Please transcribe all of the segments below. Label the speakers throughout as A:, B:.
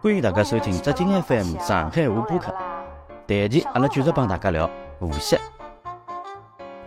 A: 欢迎大家收听浙江 FM 上海无播客。台前阿拉继续帮大家聊无锡。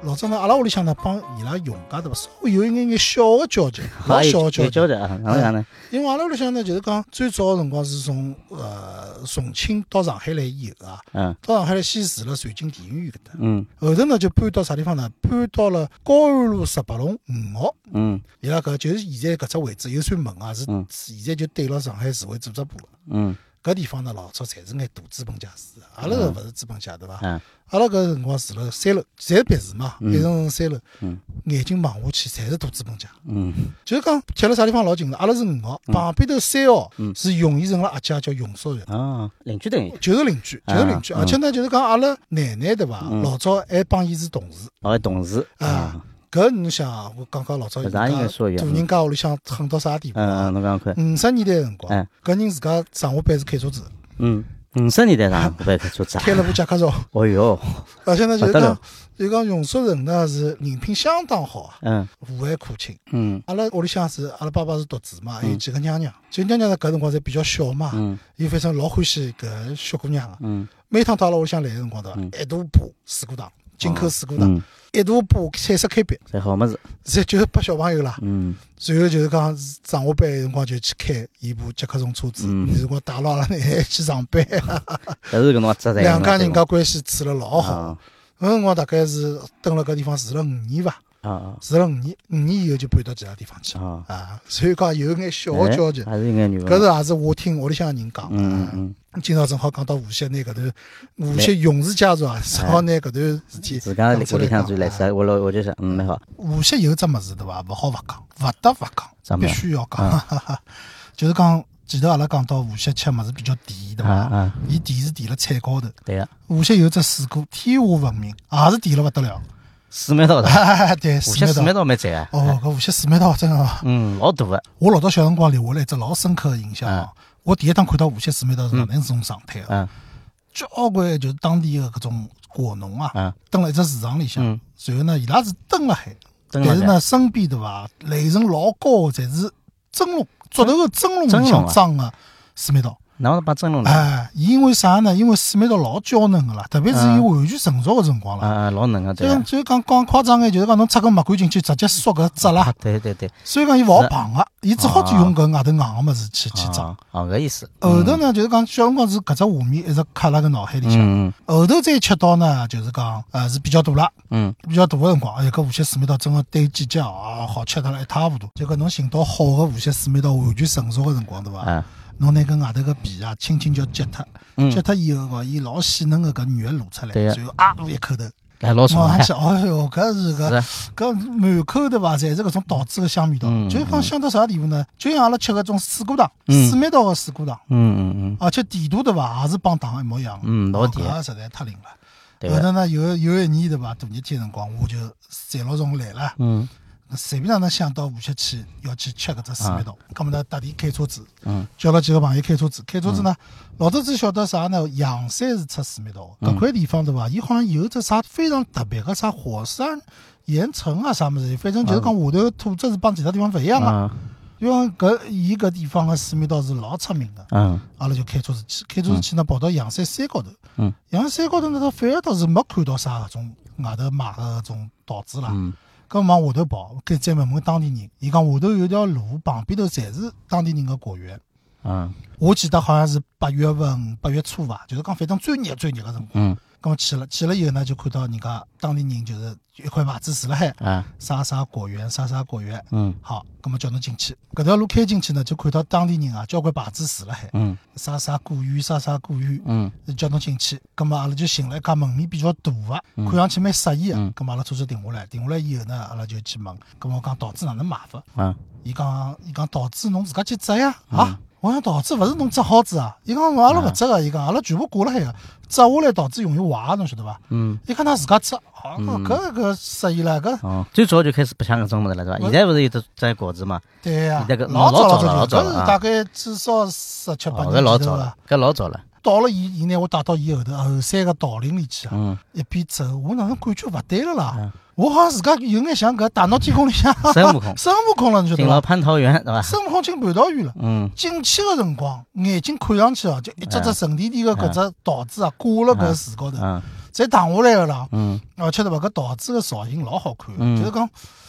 B: 老早呢，阿拉屋里向呢帮伊拉用家对伐？稍微有一眼眼小个交集，老
A: 好
B: 小
A: 有
B: 个交
A: 有
B: 集
A: 交。集啊，哪能讲呢？
B: 因为阿拉屋里向呢，就是讲最早个辰光是从呃重庆到上海来以后啊，
A: 嗯
B: 到上海来先住了传经电影院搿搭，
A: 嗯
B: 后头呢就搬到啥地方呢？搬到了高安路十八弄五号，
A: 嗯
B: 伊拉搿就是现在搿只位置有扇门啊，是
A: 嗯
B: 现在就对牢上海市委住宅部了。
A: 嗯
B: 搿地方呢，老早侪是眼大资本家住的，阿拉搿勿是资本家对伐？
A: 嗯
B: 阿拉搿辰光住了三楼，侪别墅嘛，一层三楼
A: 嗯，
B: 眼睛望下去侪是大资本家。
A: 嗯
B: 就是讲贴了啥地方老近的，阿拉是五号，旁边头三号
A: 嗯
B: 是永义城个阿姐叫永寿园，
A: 哦，邻居等于
B: 就是邻居，就是邻居。
A: 啊嗯
B: 而且呢，就是讲阿拉奶奶对伐，老早还帮伊是同事
A: 哦，同事
B: 啊。搿侬想啊，我讲讲老早
A: 搿是
B: 人家
A: 也应该
B: 大
A: 说一样
B: 人家屋里向狠到啥地步
A: 嗯
B: 啊
A: 嗯，？侬讲看，
B: 五十年代个辰光
A: 哎，
B: 搿人自家上下班是开车子的，
A: 嗯，五十年代上不办开车子啊，
B: 开了部甲壳虫，
A: 哦哟，
B: 而且呢就是
A: 不啊得
B: 讲
A: 了，
B: 就是讲永寿人呢是人品相当好啊，
A: 嗯
B: 和蔼可亲。
A: 嗯
B: 阿拉屋里向是阿拉爸爸是独子嘛，还有几个娘娘，几个娘娘呢搿辰光侪比较小嘛，伊反正老欢喜搿小姑娘个。
A: 嗯
B: 每趟到阿拉屋里向来个辰光对伐，一大把水果糖，进口水果糖
A: 嗯，，
B: 一大把彩色铅笔，
A: 侪好么子，
B: 侪就是拨小朋友啦。
A: 嗯
B: 随后就是讲上下班个辰光就去开伊部捷克虫车子，
A: 嗯
B: 有辰光带牢阿拉奶奶去上 班，
A: 啊搿是搿侬扎在
B: 两家人家关系处了老好
A: 啊。
B: 搿辰光大概是蹲辣搿地方住了五年伐，
A: 啊啊
B: 住了五年，五年以后就搬到其他地方去了
A: 啊，
B: 啊。所以讲有眼小
A: 哎
B: 交集。
A: 还是应该女
B: 搿
A: 的，
B: 是也是我听屋里向人讲
A: 嗯
B: 的。
A: 嗯
B: 今朝正好讲到无锡拿搿段无锡勇士家族啊，正好拿搿段事体
A: 嗯，自家屋里向最来
B: 讲出来
A: 塞，我老我就想，嗯，蛮好，
B: 无锡有只物事对伐？勿好勿讲，勿得勿
A: 啥
B: 讲，
A: 物事
B: 必须要讲。
A: 啊
B: 就是讲前头阿拉讲到无锡吃物事比较甜，对
A: 啊
B: 伐
A: 啊？
B: 伊甜是甜辣菜高头。
A: 对呀，
B: 无锡有只水果天下闻名，也是甜了勿得了。
A: 四蛮道的，
B: 对，
A: 无锡
B: 四
A: 四
B: 梅
A: 蛮
B: 道。
A: 道蛮赞啊，
B: 哦，搿无锡四梅道真个。
A: 嗯，老大个，
B: 我老早小辰光留下来一只老深刻个印象
A: 啊
B: 哦。我第一趟看到无锡四梅道是哪能种状态个？
A: 嗯
B: 交关就是当地的搿种果农
A: 嗯
B: 啊，蹲辣一只市场里向
A: 嗯，
B: 随后呢，伊拉是蹲辣海，
A: 蹲
B: 但
A: 辣海
B: 是呢，身边对伐，垒成老高的侪是蒸笼，竹头个蒸笼
A: 蒸
B: 里
A: 笼啊
B: 向
A: 嗯
B: 装个四梅道。
A: 哪能把蒸笼呢？
B: 哎，因为啥呢？因为四梅道老娇嫩个啦，特别是伊
A: 嗯
B: 完全成熟个辰光
A: 啊
B: 啦。
A: 啊，老嫩个，
B: 就
A: 对
B: 讲
A: 啊
B: 就讲讲夸张眼，就是讲侬插根木管进去，直接缩搿汁 啦。
A: 对对对，
B: 所以讲伊勿好碰个，伊只好就
A: 啊
B: 用搿外头硬个物事去去装。
A: 啊，哦搿意思，
B: 后头呢，就是讲小辰光是搿只画面一直刻辣个脑海里向。
A: 嗯
B: 后头再吃到呢，就是讲呃是比较大了，
A: 嗯
B: 比较大个辰光，哎呀，搿无锡四味道真个对季节啊好吃得了一塌糊涂。结果侬寻到好个无锡四味道完全成熟个辰光，对
A: 嗯
B: 伐？
A: 啊，
B: 侬拿搿外头个皮啊，轻轻就揭脱，
A: 嗯
B: 揭脱以后个，伊老细嫩个搿肉露出来，
A: 对呀
B: 然后啊我一口头，
A: 还老爽
B: 咬
A: 啊
B: 上去，，哎哟，搿是
A: 是
B: 个
A: 啊
B: 搿满口对伐？侪是搿种桃子个香味道
A: 嗯，
B: 就是讲香到啥地步呢？就像阿拉吃搿种水果糖，
A: 嗯
B: 四味道个水果糖。
A: 嗯嗯嗯，
B: 而且甜啊度对伐，也是帮糖一模一样。
A: 嗯老甜
B: 搿也实在太灵了。
A: 对
B: 后
A: 个，
B: 头呢，有有一年对伐，大热天辰光，我就载老总来了，
A: 嗯
B: 随便哪能想到无锡去要去吃搿只四味道，葛末呢特地开车子，
A: 啊嗯
B: 叫了几个朋友开车子，开车子呢，老早子晓得啥呢？洋山是出四味道
A: 嗯
B: 的，搿块地方对伐？伊好像有只啥非常特别个啥火山岩层啊啥物事，反正就是
A: 嗯
B: 讲下头的土质是帮其他地方勿一样个。
A: 啊
B: 因为搿伊搿地方个四味道是老出名个。
A: 嗯
B: 阿拉啊就开车子去，开车子去呢，跑到洋山山高头。
A: 嗯，
B: 洋山山高头呢，倒反而倒是没看到啥搿种外头卖个搿种桃子啦。
A: 嗯，
B: 搿往下头跑，搿再问问当地人，伊讲下头有条路，旁边头侪是当地人个果园。
A: 嗯
B: 我记得好像是八月份、八月初伐，就是讲反正最热最热个辰光。
A: 嗯
B: 咁么去了，去了以后呢，就看到人家当地人就是一块牌子竖辣海，
A: 啊
B: 啥啥果园，啥啥果园。
A: 嗯
B: 好，咁么叫侬进去，搿条路开进去呢，就看到当地人啊，交关牌子竖辣海。
A: 嗯
B: 啥啥果园，啥啥果园，
A: 嗯
B: 叫侬进去，咁啊么阿拉就寻了一家门面比较大个，
A: 嗯
B: 看上去蛮适意个，咁么啊阿拉车子停下来，停下来以后呢，阿拉就去问，咁啊么我讲桃子哪能买法？
A: 啊
B: 伊讲伊讲桃子侬自家去摘呀，
A: 嗯
B: 啊，我讲桃子勿是侬摘好子啊，伊讲阿拉勿摘
A: 嗯
B: 个，伊讲阿拉全部挂辣海个，摘下来桃子容易坏啊个，侬晓得伐？
A: 嗯。
B: 伊讲㑚自家摘，啊，搿个适意了，搿
A: 哦，最早就开始白相搿种物事了，对伐？现在勿是有得摘果子嘛？
B: 对呀啊
A: 现在搿，
B: 老
A: 老早了
B: 早早
A: 老
B: 就
A: 早
B: 有，
A: 了
B: 搿
A: 啊
B: 是大概至少十七八
A: 哦，
B: 年
A: 搿老
B: 前头
A: 早
B: 了
A: 了，搿老早了。
B: 到了伊，伊拿我带到伊后头后山个道林里去啊，
A: 嗯，
B: 一边走，我哪能感觉勿对了
C: 嗯
B: 啦？我好像自家有眼像搿大闹天宫里向
C: 孙悟空
B: 孙悟空了，你晓得
C: 进了
B: 伐？
C: 蟠桃园，对伐？
B: 孙悟空进蟠桃园了。
C: 嗯，
B: 进去个辰光，眼睛看上去哦，就
C: 哎
B: 一只只沉甸甸个搿只桃子啊，挂辣搿树高头，
A: 啊
C: 嗯
B: 侪荡下来个啦。哦
C: 嗯
B: 而且对伐，搿桃子个造型老好看，
C: 嗯
B: 就是讲，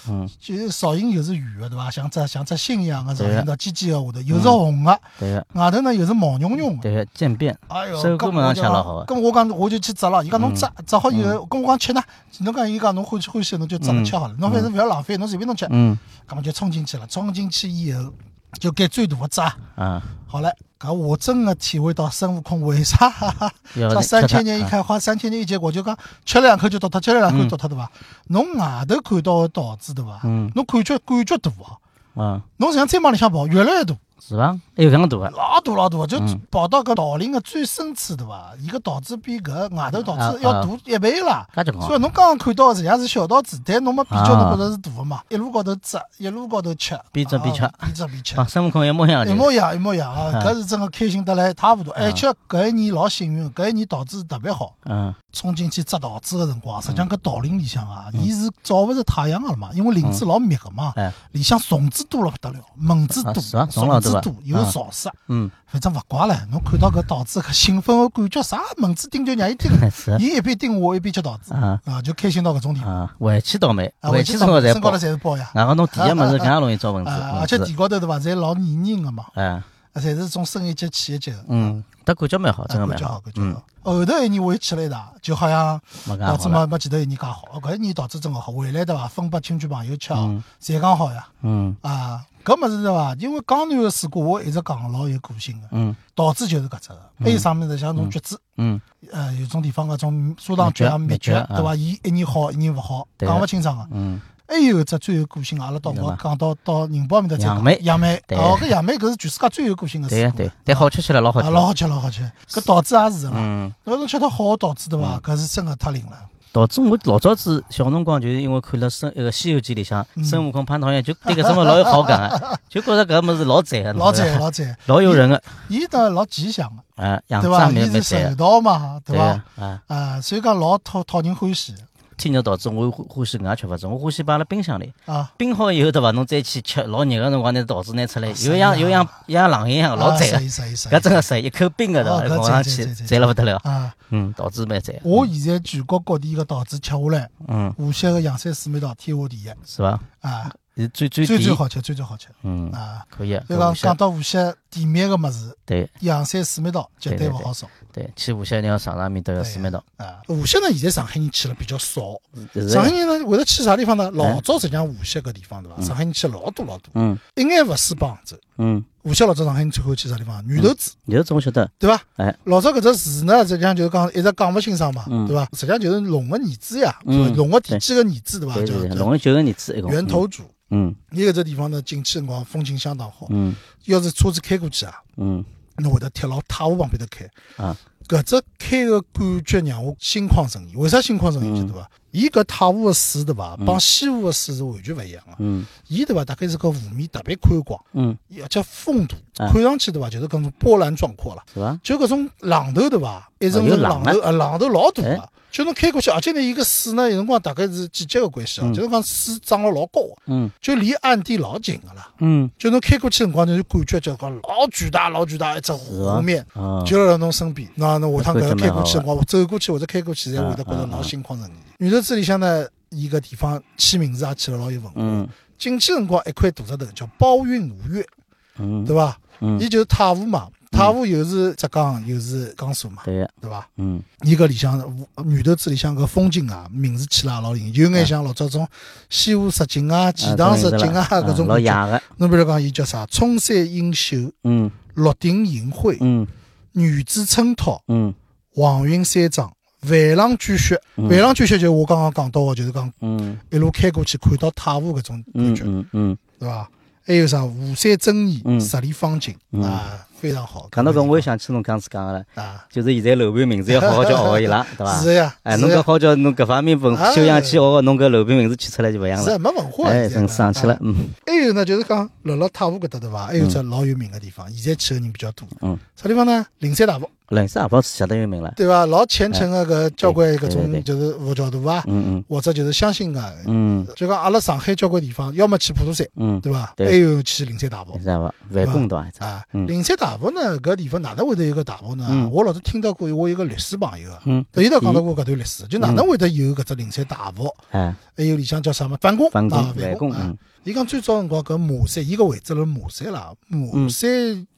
C: 嗯，
B: 就是造型又是圆个对伐？像只像只心一样个造
C: 对嗯
B: 型，
C: 个
B: 到尖尖个下头，又是红个，
C: 对个
B: 外头呢又是毛茸茸个。
C: 对个，渐变，
B: 哎哟，
C: 收
B: 搿
C: 购嘛
B: 我
C: 吃
B: 就
C: 了好啊
B: 讲，跟我讲我就去摘了，伊讲侬摘摘好以
C: 嗯
B: 后，跟我讲吃呢，侬讲伊讲侬欢喜欢喜侬就摘了
C: 嗯
B: 吃好了，侬反正勿要浪费，侬随便侬吃，
C: 嗯
B: 搿么就冲进去了，冲进去以后就拣最大个摘。
C: 啊，
B: 好了，搿我真个体会到孙悟空为啥哈哈
C: 要
B: 叫三千年一
C: 看，
B: 开花，三千年一结果，就讲吃两口就倒脱，吃两口
C: 嗯
B: 倒脱对伐？侬外头看到个桃子对伐？
C: 嗯
B: 侬感觉感觉大啊，
C: 嗯，
B: 侬实际上再往里向跑，越来越大，
C: 是伐？还有搿样大个，
B: 老大老大啊，就
C: 嗯
B: 跑到搿桃林个最深处对伐？伊个桃子比搿外头桃子
C: 啊
B: 要大一倍啦。
C: 搿结棍
B: 所以侬刚刚看到的实际上是小桃子，但侬没比较，侬觉着是大个
C: 啊
B: 嘛？一路高头摘，一路高头吃，
C: 边摘边吃
B: 啊边摘边吃
C: 啊，。孙悟空一模一样
B: 一
C: 的，
B: 模一样，一模一样啊！
C: 啊
B: 搿是真个开心得来一塌糊涂，而
C: 啊
B: 且搿一年老幸运，搿一年桃子特别好。
C: 嗯
B: 冲进去摘桃子个辰光，实际上搿桃林里向啊，
C: 嗯
B: 伊是照勿着太阳个了嘛，因为林子老密个嘛
C: 哎，
B: 里向虫子多了不得了，蚊子
C: 啊
B: 多，
C: 是啊虫老
B: 虫子
C: 多
B: 多
C: 啊，
B: 又
C: 啊
B: 潮湿，
C: 嗯，，
B: 反正勿怪唻。侬看到搿桃子搿兴奋个感觉，啥蚊子叮就让伊叮
C: 是
B: 伊一边叮我一边吃桃子，
C: 啊
B: 啊，就开心到搿种地步。
C: 啊，回去倒霉，
B: 啊，
C: 回去
B: 去
C: 之后再
B: 身高
C: 包
B: 头，侪是包呀，
C: 然后侬第一物事更加容易招蚊子，
B: 啊，
C: 蚊
B: 而且
C: 子
B: 地，高头对伐，侪老黏黏个嘛，
C: 嗯哎，
B: 啊侪是种升一级起一级个。
C: 嗯，但感觉蛮好，真个
B: 啊感
C: 蛮
B: 觉好，感觉
C: 嗯
B: 好，。后头一年我又去了一趟，就好像
C: 没讲
B: 桃
C: 好
B: 子
C: 了，
B: 没没前头一年介好，哦搿一年桃子真个好，回来对伐？分拨亲戚朋友吃
C: 嗯
B: 哦，侪讲好呀。
C: 嗯
B: 啊，搿物事对伐？因为江南个水果我一直讲老有个性个，
C: 嗯
B: 桃子就是搿只个，还有啥物事像种橘子，
C: 嗯，
B: 呃，有种地方搿种砂糖橘啊、
C: 蜜
B: 蜜
C: 橘
B: 橘，
C: 啊
B: 对伐？伊一年好，一年勿好，
C: 对
B: 讲
C: 个
B: 勿清爽个。
C: 嗯
B: 还有一只最有个性个，阿拉到辰
C: 有
B: 光
C: 吗
B: 讲到到宁波埃面搭再
C: 杨梅
B: 讲。杨梅，
C: 对
B: 哦，搿杨梅搿是全世界最有个性个
C: 对
B: 水
C: 呀
B: 果
C: 对，，但好吃起来老好吃
B: 啊，，老好吃，老好吃。搿桃子也是个啦。
C: 嗯。
B: 侬侬吃到好个桃子对伐？搿是真个太灵了。
C: 导致我老早子小辰光就是因为看了《孙那个《西游记》里向
B: 嗯
C: 孙悟空、蟠桃园，就对搿种物老有好感 个，就觉着搿物事老赞个，
B: 老赞
C: 个，
B: 老赞，
C: 老诱人个，啊
B: 伊倒老吉祥个，
C: 哎，样子
B: 对
C: 也
B: 伐？
C: 蛮
B: 伊
C: 蛮
B: 是
C: 赞
B: 神
C: 个，
B: 道嘛，对伐
C: 个？，啊，
B: 啊，所以讲老讨讨人欢喜
C: 天热导致我欢欢喜搿能介吃法子，我欢喜摆辣冰箱里，
B: 啊。
C: 冰好以后对伐？侬再去吃，老热个辰光拿桃子拿出来，
B: 神
C: 有样
B: 啊
C: 有样像冷一样，老赞
B: 个
C: 个，，搿真个是一口冰个对
B: 哦
C: 伐？
B: 搿
C: 往上
B: 赞
C: 去
B: 赞赞
C: 赞了勿得了，
B: 啊！
C: 嗯，导致蛮赞个，
B: 我现在全国各地个桃子吃下来，
C: 嗯，
B: 无锡个洋山水蜜桃天下第一
C: 是伐？
B: 啊，
C: 是最最
B: 最
C: 最
B: 最，好吃，最最好吃
C: 嗯，
B: 啊！
C: 可以啊，
B: 就
C: 搿
B: 讲
C: 无锡
B: 讲到无锡地面个物事，
C: 对
B: 洋山水蜜桃绝
C: 对
B: 对
C: 对
B: 勿好少
C: 对，去无锡你要尝尝面搭个水蜜桃，
B: 啊！无锡呢，现在上海人去了比较少，
C: 是
B: 啊上海
C: 的，
B: 人呢会得去啥地方呢？老早实际上无锡搿地方对伐？上海人去老多老多，
C: 嗯
B: 一眼勿输帮杭州。
C: 嗯。
B: 无锡老早上海人最后去啥地方？牛头子，
C: 有种晓得，
B: 对伐？
C: 哎，
B: 老早搿只字呢，实际上就是讲一直讲勿清爽嘛，对伐？实际上就是龙个儿子呀，
C: 嗯
B: 是吧龙个地基个儿子，啊对伐？
C: 对
B: 叫
C: 对对，
B: 叫
C: 龙九个儿子一共。
B: 源头主。
C: 嗯
B: 伊搿只地方呢，进去辰光风景相当好，
C: 嗯
B: 要是车子开过去啊，
C: 嗯
B: 侬会得贴牢太湖旁边头开。
C: 啊
B: 搿只开个感觉让我心旷神怡。为啥心旷神
C: 嗯
B: 怡？晓得伐？伊搿太湖个水对伐，帮西湖个水是完全勿一样个。
C: 嗯
B: 伊对伐，大概是个湖面特别宽广，
C: 嗯，
B: 而且风度
C: 啊
B: 看上去对伐，就是搿种波澜壮阔了。
C: 是伐？
B: 就搿种浪头对伐？一层
C: 啊有
B: 层
C: 浪
B: 浪
C: 啊
B: 头，呃，浪头老大
C: 哎
B: 个。就侬开过去，而且呢，伊个水呢，有辰光大概是季节个关系啊，就是讲水涨了老高个，
C: 嗯
B: 就离岸地老近个啦。
C: 嗯
B: 就侬开过去辰光，侬就感觉就讲老巨大、老巨大一只湖面，
C: 啊，
B: 就辣侬身边。那那下趟搿
C: 搿
B: 个
C: 感觉
B: 开
C: 蛮好
B: 过去辰光，走过去或者开过去，侪会得觉
C: 啊
B: 着
C: 啊啊
B: 老心旷神怡。女头子里向呢，伊搿地方起名字也起了老有文化。
C: 嗯
B: 进去辰光一块大石头叫包运五岳，
C: 嗯
B: 对伐？
C: 嗯
B: 伊就是太湖嘛，太湖又是浙江又是江苏嘛，
C: 对个，
B: 对伐？
C: 嗯
B: 伊搿里向源头子里向搿风景啊，名字起了也老灵，有
C: 啊
B: 眼像老早种西湖十景啊、钱塘十景啊
C: 啊
B: 搿种
C: 老
B: 感
C: 野
B: 觉。
C: 个，
B: 侬比如讲，伊叫啥？冲山映秀、
C: 嗯
B: 鹿鼎银辉、
C: 嗯
B: 女子春涛、
C: 嗯
B: 黄云山庄、万浪卷雪。
C: 嗯
B: 万浪卷雪就是我刚刚讲到个，就是讲
C: 嗯
B: 一路开过去看到太湖搿种感
C: 嗯
B: 觉，
C: 嗯嗯。
B: 对伐？还有啥湖山争议
C: 嗯、
B: 十里芳景
C: 嗯
B: 啊，非常好。
C: 讲到搿，
B: 搿
C: 我又想起侬刚子讲个了，
B: 啊，
C: 就是现在楼盘名字要好好叫学伊拉，对伐？
B: 是呀，
C: 哎，
B: 是
C: 侬搿
B: 呀
C: 好叫侬搿方面文修养去学，侬搿楼盘名字起出来就勿一样
B: 是
C: 了。
B: 呀没文化，
C: 哎，
B: 现在
C: 真上去
B: 啊
C: 了，嗯
B: 还有呢，就是讲辣辣太湖搿搭对伐？还有只老有名个地方，现在去个人比较多。
C: 嗯，
B: 啥地方呢？灵山大佛，
C: 冷色也勿晓得有名了。
B: 对伐？老虔诚个搿交关搿
C: 哎对对对
B: 种就是佛教徒啊，
C: 嗯
B: 或者就是相信啊个，
C: 嗯
B: 就讲阿拉上海交关地方，要么去普陀山，
C: 嗯嗯，
B: 对伐？还
C: 对
B: 有去灵山大佛
C: 冷色勿万公道还是？
B: 啊。
C: 嗯
B: 灵山大佛呢，搿地方哪能会得有个大佛呢
C: 嗯？
B: 我老早听到过我一个律师朋友啊，
C: 嗯，
B: 伊头讲到过搿段历史，就哪能会得有搿只灵山大佛？
C: 哎，
B: 还有里向叫啥么？梵宫
C: 反
B: 啊
C: 攻，反攻，
B: 啊
C: 嗯。
B: 伊讲最早辰光搿马山，伊个位置辣马山啦，
C: 嗯
B: 马山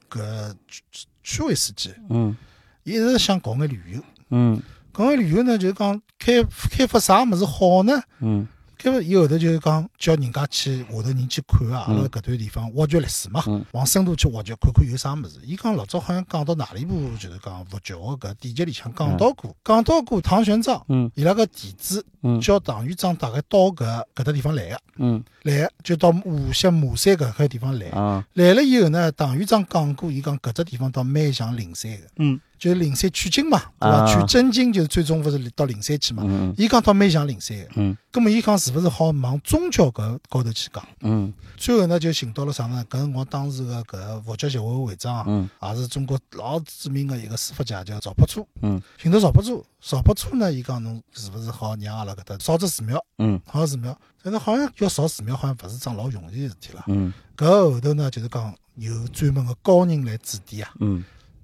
B: 搿区区委书记
C: 嗯
B: 一直想搞眼旅游，
C: 嗯
B: 搞眼旅游呢就是讲开开发啥物事好呢？
C: 嗯
B: 开发伊后头就是讲叫人家去下头人去看啊，阿拉搿段地方挖掘历史嘛
C: 嗯，
B: 往深度去挖掘看看有啥物事。伊讲老早好像讲到哪里部就是讲佛教个搿典籍里向讲到过，讲到过唐玄奘
C: 嗯
B: 伊拉个弟子
C: 嗯
B: 叫唐玄奘，大概到搿搿搭地方来个。
C: 嗯
B: 来就到无锡马山搿块地方来。
C: 啊，
B: 来了以后呢，唐院长讲过，伊讲搿只地方倒蛮像灵山个，
C: 嗯
B: 就是灵山取经嘛，对伐？
C: 啊
B: 取真经就是最终勿是到灵山去嘛。
C: 嗯
B: 伊讲倒蛮像灵山个，
C: 嗯
B: 葛末伊讲是勿是好往宗教搿高头去讲？
C: 嗯
B: 最后呢，就寻到了啥呢？搿辰光当时个搿佛教协会会长啊，
C: 嗯
B: 也是中国老知名个一个书法家，叫赵朴初。
C: 嗯
B: 寻到赵朴初，赵朴初呢，伊讲侬是勿是好让阿拉搿搭烧只寺庙，
C: 嗯
B: 好寺庙？但是好像要烧寺庙，好像勿是桩老容易个事体啦。
C: 嗯
B: 搿后头呢，就是讲有专门个高人来指点啊，
C: 嗯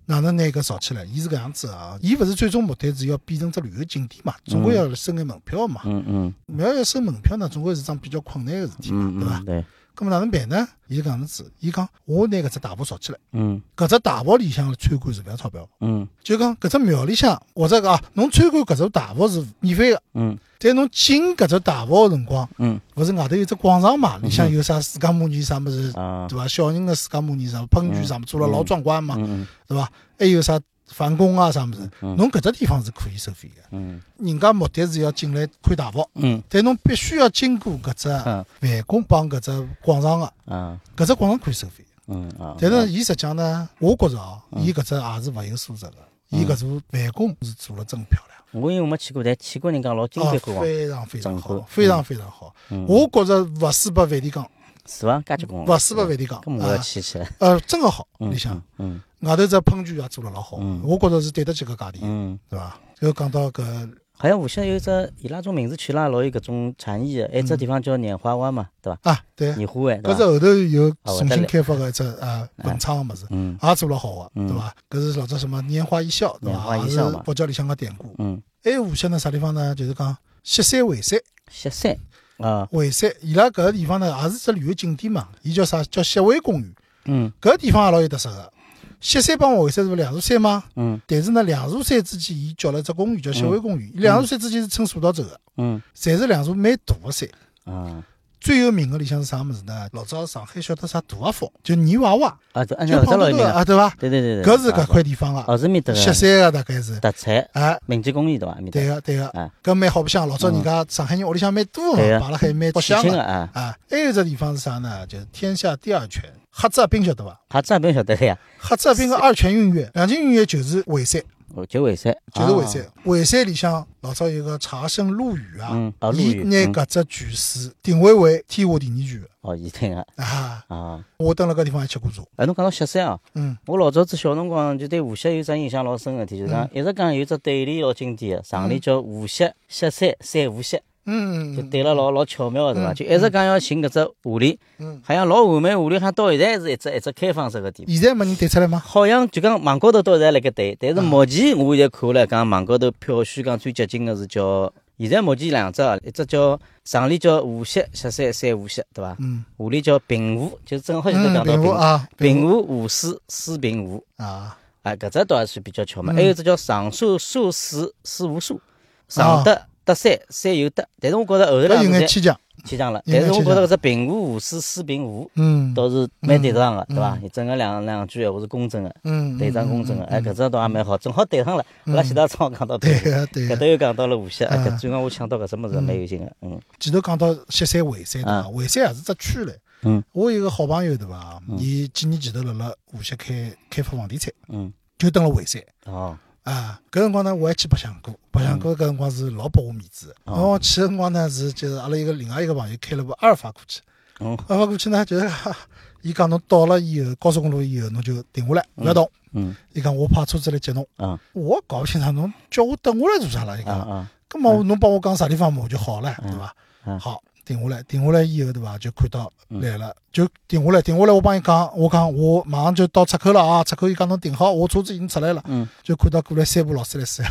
B: 哪能拿搿造起来？伊是搿样子啊，伊勿是最终目的是要变成只旅游景点嘛，总归要收眼门票嘛。
C: 嗯嗯
B: 庙要收门票呢，总归是桩比较困难个事体嘛，对伐
C: 嗯，？对，
B: 咁么哪能办呢？伊搿样子，伊讲我拿搿只大佛造起来，
C: 嗯
B: 搿只大佛里向的参观是勿要钞票的，
C: 嗯
B: 就讲搿只庙里向或者讲啊，侬参观搿只大佛是免费个，
C: 嗯
B: 但侬进搿只大佛个辰光，
C: 嗯
B: 勿是外头有只广场嘛，里向有啥自家模拟啥物事
C: 啊，
B: 对伐？小人个自家模拟啥喷泉啥么做了老壮观嘛，
C: 嗯
B: 对伐？还有啥梵宫啊啥么子，侬搿只地方是可以收费个。
C: 嗯
B: 人家目的是要进来看大佛，
C: 嗯
B: 但侬必须要经过搿只
C: 嗯
B: 梵宫帮搿只广场个，
C: 啊
B: 搿只广场可以收费。
C: 嗯啊，嗯
B: 但是伊实际上呢，我觉着哦，伊搿只也是勿有素质个，伊搿座梵宫是做了真漂亮。
C: 我因为没去过，但去过人家老精
B: 啊
C: 彩，过往，嗯
B: 非常非常
C: 整
B: 好
C: 个，
B: 非常非常好。我觉着勿输拨梵蒂冈，
C: 是伐？介结棍，
B: 勿输拨梵蒂冈。
C: 嗯咁我要
B: 啊
C: 去去，
B: 呃，真个好，里向
C: 嗯
B: 外头只喷泉也做了老好，
C: 嗯
B: 我觉着是对得起搿价钿，
C: 嗯。
B: 对伐？就讲到搿，
C: 好像无锡有只伊拉种名字取了老有搿种禅意的，哎，只地方叫拈花湾嘛，对伐？
B: 啊，对，
C: 拈花湾，对
B: 搿是
C: 伐？
B: 后头有
C: 哦
B: 重
C: 嗯得
B: 新
C: 嘞
B: 开发个一只呃文昌个物事，
C: 嗯
B: 也做了好个，
C: 嗯
B: 对伐？搿是老早什么拈花一笑，对
C: 拈花
B: 伐？
C: 一
B: 也是
C: 笑嘛
B: 佛教里向个典故。哎
C: 嗯，
B: 还有无锡呢啥地方呢？就是讲锡山惠山，
C: 锡山啊，
B: 惠山伊拉搿个地方呢也是只旅游景点嘛，伊叫啥？叫锡惠公园。
C: 嗯
B: 搿个地方也老有特色个。锡山帮惠山是勿是两座山吗？
C: 嗯
B: 但是呢，两座山之间伊叫了一只公园，叫锡惠公园。两座山之间是称隧道走个。
C: 嗯
B: 侪是两座蛮大个山。
C: 啊
B: 最有名个里向是啥物事呢？老早上海晓得啥大鸭夫，就泥娃娃，
C: 啊，就按
B: 就
C: 照搿只
B: 胖
C: 老有
B: 嘟嘟
C: 名
B: 个
C: 啊，
B: 啊，对伐？
C: 对对对对，
B: 搿是搿块地方啊
C: 哦，
B: 个，
C: 是面搭
B: 锡
C: 个
B: 山个大概是，
C: 特产，
B: 哎，
C: 民间工艺对伐？面搭
B: 对个对个
C: 啊，
B: 搿蛮好白相。老早人家上海人屋里向蛮多
C: 对
B: 个
C: 啊
B: 嘛，摆了海蛮
C: 北
B: 白相
C: 京个
B: 个
C: 啊，
B: 啊。还有一只地方是啥呢？就是天下第二泉，黑泽滨晓得伐？
C: 哈子也不晓得个呀，
B: 黑泽滨个二泉映月，两泉映月就是惠山，
C: 哦就惠山，
B: 就是惠
C: 啊
B: 山，。惠山里向老早有个茶圣陆羽啊
C: 嗯啊，陆
B: 伊
C: 羽
B: 拿
C: 嗯
B: 搿只拳师定位为天下第二拳的
C: 哦，伊听个
B: 啊。
C: 啊。
B: 我蹲辣搿地方还吃过茶，
C: 哎，侬讲到锡山啊，
B: 嗯，
C: 我老早子小辰光就对无锡有只印象老深个事体，就是
B: 嗯
C: 讲一直讲有只对联老经典个，上联叫无锡锡山山无锡，
B: 嗯，
C: 就对了老老巧妙个对伐？
B: 嗯
C: 就一直讲要寻搿只下联，
B: 嗯
C: 好像老完美下联，好像到现在是一只一只开放式个地方。
B: 现在没人对出来吗？
C: 好像就讲网高头到现在辣盖对，
B: 啊
C: 但是目前我现在看下来讲，网高头票选讲最接近个是叫，现在目前两只啊，一只叫上联叫无锡十三三无锡，对伐？
B: 嗯，
C: 下联叫平湖，就正好现在
B: 嗯，
C: 讲到平
B: 平湖
C: 湖，
B: 啊，
C: 平湖无水水平湖，
B: 啊，
C: 啊，搿只倒还是比较巧嘛。
B: 嗯
C: 还有一只叫上树树水水无树，上
B: 啊
C: 得得山山有得，但是我觉着后头
B: 搿
C: 两
B: 有
C: 个
B: 眼
C: 侪
B: 牵强，
C: 牵强了，
B: 有眼
C: 但是我
B: 牵
C: 觉
B: 强
C: 着搿只平湖无水水平湖
B: 嗯，
C: 倒是蛮对得上个，对
B: 嗯
C: 伐？整个两两句闲话是工整个。
B: 嗯，
C: 对上公正
B: 嗯
C: 个，
B: 嗯
C: 哎，搿只倒也蛮好，正好对上了。阿拉前头正好讲到
B: 对
C: 搿
B: 个 对啊
C: 头
B: 个，
C: 又讲到了无锡，哎，
B: 啊
C: 搿最后我想到搿只物事蛮有劲个，嗯
B: 前头讲到锡山惠山对伐？惠山也是只区唻。
C: 啊嗯，
B: 我有个好朋友对伐？伊几年前头辣辣无锡开开发房地产，
C: 嗯，
B: 就蹲辣惠山。
C: 哦，
B: 啊，搿辰光呢，我还去白相过，白相过搿辰光是老拨我面子的。
C: 嗯哦
B: 然后去辰光呢，是就是阿拉一个另外一个朋友开了部阿尔法过去，
C: 嗯
B: 阿尔法过去呢，就是伊讲侬到了以后，高速公路以后，侬就停下来，勿要动，
C: 嗯
B: 伊讲我派车子来接侬，
C: 啊
B: 我搞不清爽侬叫我等我来做啥啦？伊
C: 啊
B: 讲，
C: 啊
B: 咁么侬帮我讲啥地方嘛就好了，对伐？
C: 嗯
B: 好，停下来，停下来以后对伐？就看到来了，就停下来，停下来，我帮伊讲，我讲我马上就到出口了啊！出口伊讲侬停好，我车子已经出来了，
C: 嗯哦
B: 就看到过来三部劳斯莱斯，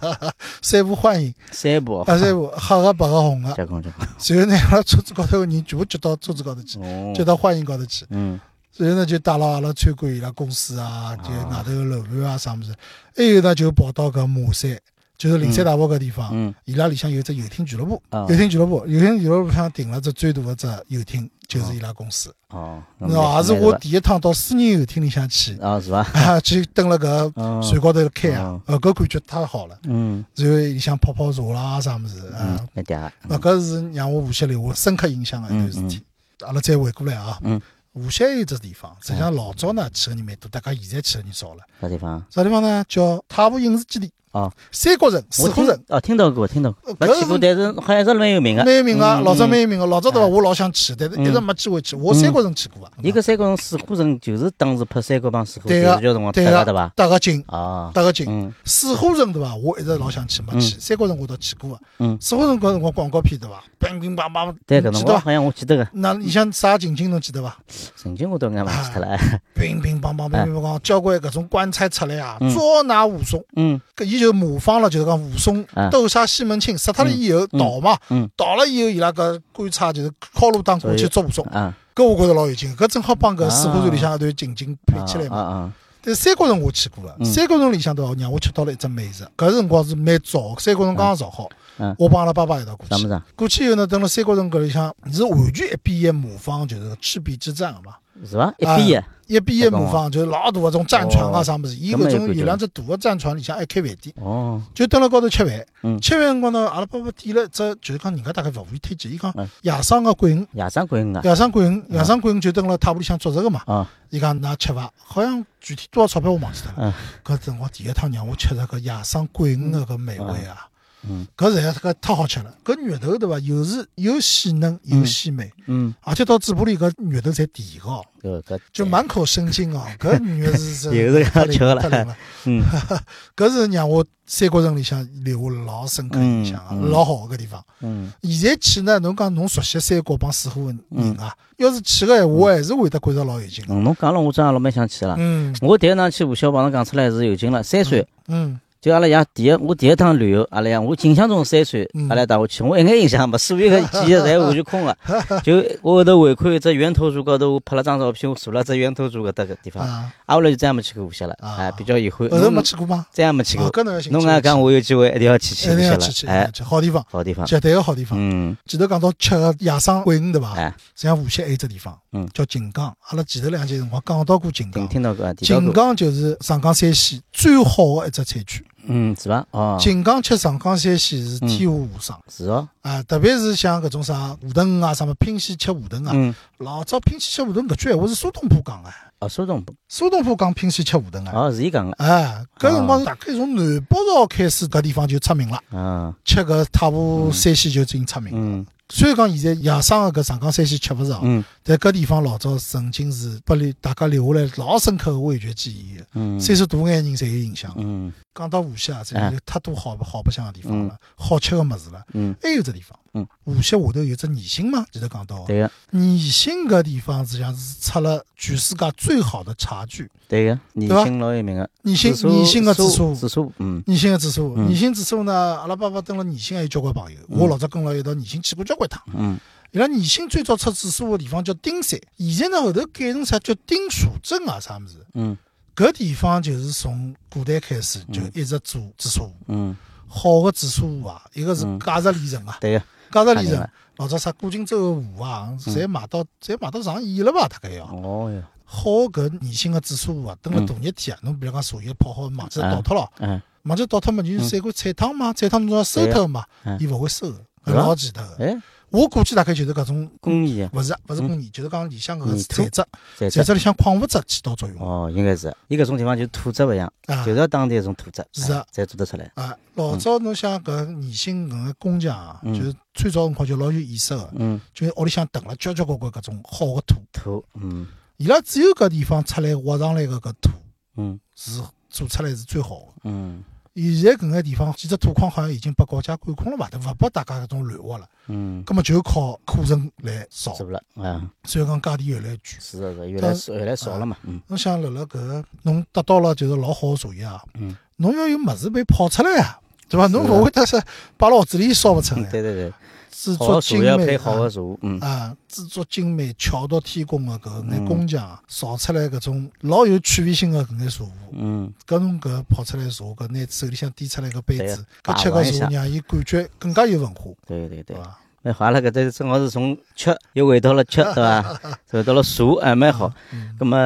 B: 三部幻影，
C: 三步
B: 啊三部黑个、白个、红个，
C: 结棍结棍
B: 随后呢，阿拉车子高头个人全部接到车子高头去，
C: 哦
B: 接到幻影高头去。
C: 嗯
B: 然后呢，就带牢阿拉参观伊拉公司啊，就外头个楼盘啊啥物事。还有呢，就跑到搿马山，就是灵山大佛搿地方，
C: 嗯
B: 伊拉里向有只游艇俱乐部，
C: 啊
B: 游艇俱乐部，游艇俱乐部上停了只最大个只游艇，就是伊拉公司。
C: 哦，啊那
B: 啊那
C: 么
B: 也是
C: 蛮
B: 我
C: 大
B: 第一趟到私人游艇里向去，
C: 啊是吧？
B: 啊，去登了搿
C: 啊
B: 船高头开啊，呃，搿感觉太好了。
C: 嗯
B: 然后里向泡泡茶啦啥物事啊，
C: 嗯，那嗲
B: 那搿是让我无锡留下深刻印象的一段事体。阿拉再回过来啊
C: 嗯，
B: 无锡还有只地方，实际上老早呢去个人蛮多，大家现在去个人少了。
C: 啥地方
B: 啥地方呢？叫太湖影视基地，
C: 哦，
B: 三国城、
C: 我
B: 四
C: 听
B: 湖城，
C: 哦听到过听到过，没
B: 搿
C: 去过，
B: 是
C: 但是好像一直蛮有名个。
B: 蛮有名啊。
C: 嗯
B: 老早
C: 嗯
B: 蛮有名个，老早对伐？我老想去，但是一直没机会去。我三国城去过啊。
C: 伊搿三国城水浒城就是当时拍三国帮水浒，
B: 对
C: 就是叫辰
B: 个，
C: 光
B: 对啊
C: 搭个对
B: 个
C: 伐，？
B: 搭个景，
C: 哦，
B: 搭个景。
C: 嗯
B: 四湖城对伐？我一直老想去，没去。三国城我倒去过啊。
C: 嗯，
B: 四湖城搿辰光广告片对伐？乒乒乓乓，
C: 对搿
B: 侬记
C: 辰
B: 得
C: 光
B: 伐？
C: 好像我记得个，
B: 那里向啥情景侬记得伐？
C: 曾经我都应该
B: 啊
C: 忘记脱了。
B: 乒乒乓乓，乒乒乓乓，交关搿种官差出来啊，
C: 哎嗯
B: 捉拿武松。
C: 嗯
B: 搿伊就模仿了，就是讲武松
C: 啊
B: 斗杀西门庆，杀脱了以后逃嘛
C: 嗯，
B: 逃了以后伊拉搿官差就是敲锣打鼓去捉武松，
C: 啊
B: 搿我觉着老有劲，搿正好帮搿水浒传里向一段情景配起来
C: 啊
B: 嘛。
C: 啊
B: 但三国城我去过了，
C: 嗯
B: 三国城里向对伐，让我吃到了一只美食，搿辰光是蛮早，三国城刚刚造好
C: 嗯嗯，
B: 我帮阿拉爸爸一道过
C: 啥么
B: 去
C: 子。啊？
B: 过去以后呢，等了三国城搿里向是完全一比一模仿，就是赤壁之战个嘛。
C: 是伐？一
B: 啊
C: 比一。
B: 一比一模仿，就是老大个种战船啊
C: 哦
B: 啥物事，伊
C: 搿么
B: 搿
C: 有感
B: 种
C: 觉
B: 有
C: 了
B: 两只大个战船里向还开饭店，
C: 哦，
B: 就蹲辣高头吃饭。
C: 嗯
B: 吃饭辰光呢，阿拉爸爸点了一只，就是讲人家大概勿会推荐，伊讲
C: 嗯
B: 野生个桂鱼，
C: 夜生鬼啊。
B: 野生桂鱼，野生桂鱼就蹲辣太湖里向捉着个嘛。
C: 哦，
B: 伊讲㑚吃伐？好像具体多少钞票我忘记脱了
C: 嗯。
B: 搿辰光第一趟让我吃着搿野生桂鱼个搿美味啊
C: 嗯，
B: 搿实在是搿太好吃了。搿肉头对伐？又是又鲜嫩又鲜美，
C: 嗯，
B: 而且到嘴巴里搿肉头侪甜个哦。
C: 搿搿
B: 就满口生津 哦，搿肉是
C: 又是搿吃
B: 了
C: 了，
B: 太灵了
C: 嗯，
B: 搿是让我三国城里向留下老深刻印象啊，
C: 嗯嗯
B: 老好个地方。
C: 嗯
B: 现在去呢，侬讲侬熟悉三国帮水浒的人
C: 嗯
B: 啊，要是去个闲话，还是会得觉着老有劲的。啊
C: 嗯，侬讲了我真的老蛮想去了。
B: 嗯
C: 我第一趟去无锡，我帮侬讲出来是有劲了。三岁，
B: 嗯，
C: 就阿拉爷第一，我第一趟旅游，阿拉爷我印象中三岁
B: 嗯，
C: 阿拉爷带我去，我一眼印象没，所有个记忆侪完全空 个。就我后头回看一只圆头猪高头，我拍了张照片，我坐了只圆头猪搿搭个地方，
B: 啊，
C: 啊，后来就再也没去过无锡了，
B: 啊
C: 哎，比较遗憾。
B: 后头没
C: 侬
B: 去过吗？
C: 再也没去
B: 哦
C: 过。
B: 搿侬要寻
C: 侬
B: 机会
C: 刚讲
B: 去
C: 我有机会一定要去去
B: 一
C: 无
B: 定
C: 锡
B: 要
C: 了
B: 去，去，一定要
C: 哎，
B: 去好地方，
C: 好地方，
B: 绝对个好地方。
C: 嗯，
B: 前头讲到吃个野生桂鱼对伐？
C: 哎，
B: 实际上无锡还有一只地方
C: 嗯
B: 叫锦江，阿拉前头两节辰光讲到过锦江
C: 听。听到过啊，提到
B: 锦
C: 过，
B: 江就是上江三鲜最好的一只产区。
C: 嗯，是伐？哦，
B: 锦江吃上江三鲜是
C: 嗯
B: 天下无双
C: 是哦，
B: 啊！特别是像搿种啥河豚啊，什么拼鲜吃河豚啊，
C: 嗯，
B: 老早拼鲜吃河豚搿句闲话是苏东坡讲的，
C: 哦，苏东坡，
B: 苏东坡讲拼鲜吃河豚啊。
C: 哦，是伊讲个，
B: 哎，搿辰光大概从南北朝开始，搿地方就出名了，
C: 啊，
B: 吃搿太湖三鲜就已经出名。
C: 嗯
B: 虽然讲现在野生的搿上江三鲜吃勿着，
C: 嗯
B: 但搿地方老早曾经是拨留大家留下来老深刻的味觉记忆的。
C: 嗯
B: 岁数大眼人侪有印象。
C: 嗯
B: 讲到无锡啊，这
C: 哎
B: 有太多好好白相的地方了，好吃的么子了。
C: 嗯，
B: 还有只地方，
C: 嗯，
B: 无锡下头有只宜兴嘛，前头讲到，
C: 对个啊
B: 宜兴搿地方实际上是出了全世界最好的茶具。
C: 对啊个，宜
B: 对吧
C: 兴老有名个，啊
B: 宜兴
C: 紫苏
B: 宜兴个紫苏
C: 紫苏，嗯
B: 宜兴的紫苏，
C: 嗯
B: 宜兴紫苏呢，阿拉爸爸蹲了宜兴还有交关朋友，我老早跟牢一道宜兴去过交关趟。
C: 嗯
B: 伊拉宜兴最早出紫苏的地方叫丁山，现在呢后头改成啥叫丁树镇啊啥么子。
C: 嗯
B: 搿地方就是从古代开始就一直做紫苏，
C: 嗯，
B: 好的紫苏啊，一个是
C: 嗯
B: 价值连城啊，
C: 对个，
B: 加上
C: 看
B: 里
C: 见
B: 程
C: 了，
B: 老早啥古今州个湖啊，
C: 嗯
B: 侪买到侪买到上亿了吧？大概要
C: 哦哟，
B: 好搿宜兴个紫苏湖啊，等了大热天啊，侬比如讲茶叶泡好，忘记
C: 嗯啊
B: 倒脱了，
C: 嗯，
B: 忘记倒脱嘛，就是晒过菜汤嘛，菜汤侬要收脱嘛
C: 对啊，
B: 伊勿会收的，搿
C: 是吧
B: 老奇特个。
C: 哎，
B: 我估计大概就是搿种，
C: 工艺啊，
B: 勿是勿是工艺，就是讲里向搿
C: 泥土
B: 材质，
C: 在
B: 材
C: 这，
B: 质里向矿物质起到作用
C: 嗯哦，应该是，伊搿种地方就土质勿一样，
B: 啊
C: 就是要当地一种土质，
B: 是啊
C: 哎才做得出来，
B: 啊。老早侬想搿宜兴搿个工匠啊，
C: 嗯
B: 就是最早辰光就老有意识个，
C: 嗯，
B: 就是屋里向囤了交交关关搿种好个土。
C: 土，嗯
B: 伊拉只有搿地方出来挖上来个搿土，
C: 嗯，
B: 是做出来是最好的。
C: 嗯
B: 现在搿眼地方几只土矿好像已经被国家管控了吧，对伐？勿拨大家搿种乱挖了，
C: 嗯，
B: 葛末就靠课程来造，
C: 是不啦？啊，
B: 所以讲价钿越来越贵。
C: 是的，是的，越
B: 但
C: 来越来少了嘛。嗯
B: 侬想辣辣搿个侬得到了就是老好的茶叶啊
C: 嗯，
B: 侬要有物事被泡出来啊，对伐？侬勿会得是摆辣屋子里烧勿出
C: 嗯，对
B: 来，啊
C: 对对，
B: 制
C: 好
B: 作
C: 的茶
B: 精
C: 要
B: 美
C: 配
B: 啊
C: 好的茶，嗯，
B: 啊，制作精美、巧夺天工的搿眼工匠啊造出来搿种老有趣味性的搿眼茶壶，
C: 嗯，
B: 搿侬搿泡出来的茶，搿拿手里向滴出来个杯
C: 对
B: 子，
C: 把
B: 搿吃
C: 玩一
B: 个茶
C: 下
B: 让伊感觉更加有文化，
C: 对对啊对
B: 对。伐？
C: 那好阿拉搿搭正好是从吃又回到了吃，对伐？回到了茶，哎，蛮好。葛么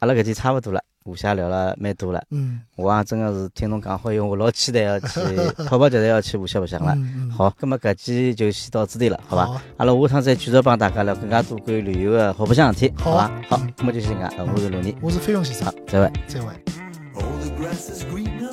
C: 阿拉搿天差勿多了，互相聊了蛮多了。
B: 嗯，
C: 我也真个是听侬讲好以后，我老期待要去泡泡脚站要去白相白相了。
B: 嗯嗯
C: 好，葛么搿期就先到此地了，好
B: 好
C: 伐
B: 啊？
C: 阿拉下趟再继续帮大家聊更加多关于旅游的好白相事体，
B: 好
C: 好
B: 啊
C: 伐？好，葛么就先搿能介，呃我是刘念，
B: 我是费用先生
C: 好，，再会。
B: 再会。
D: Oh, the grass is greener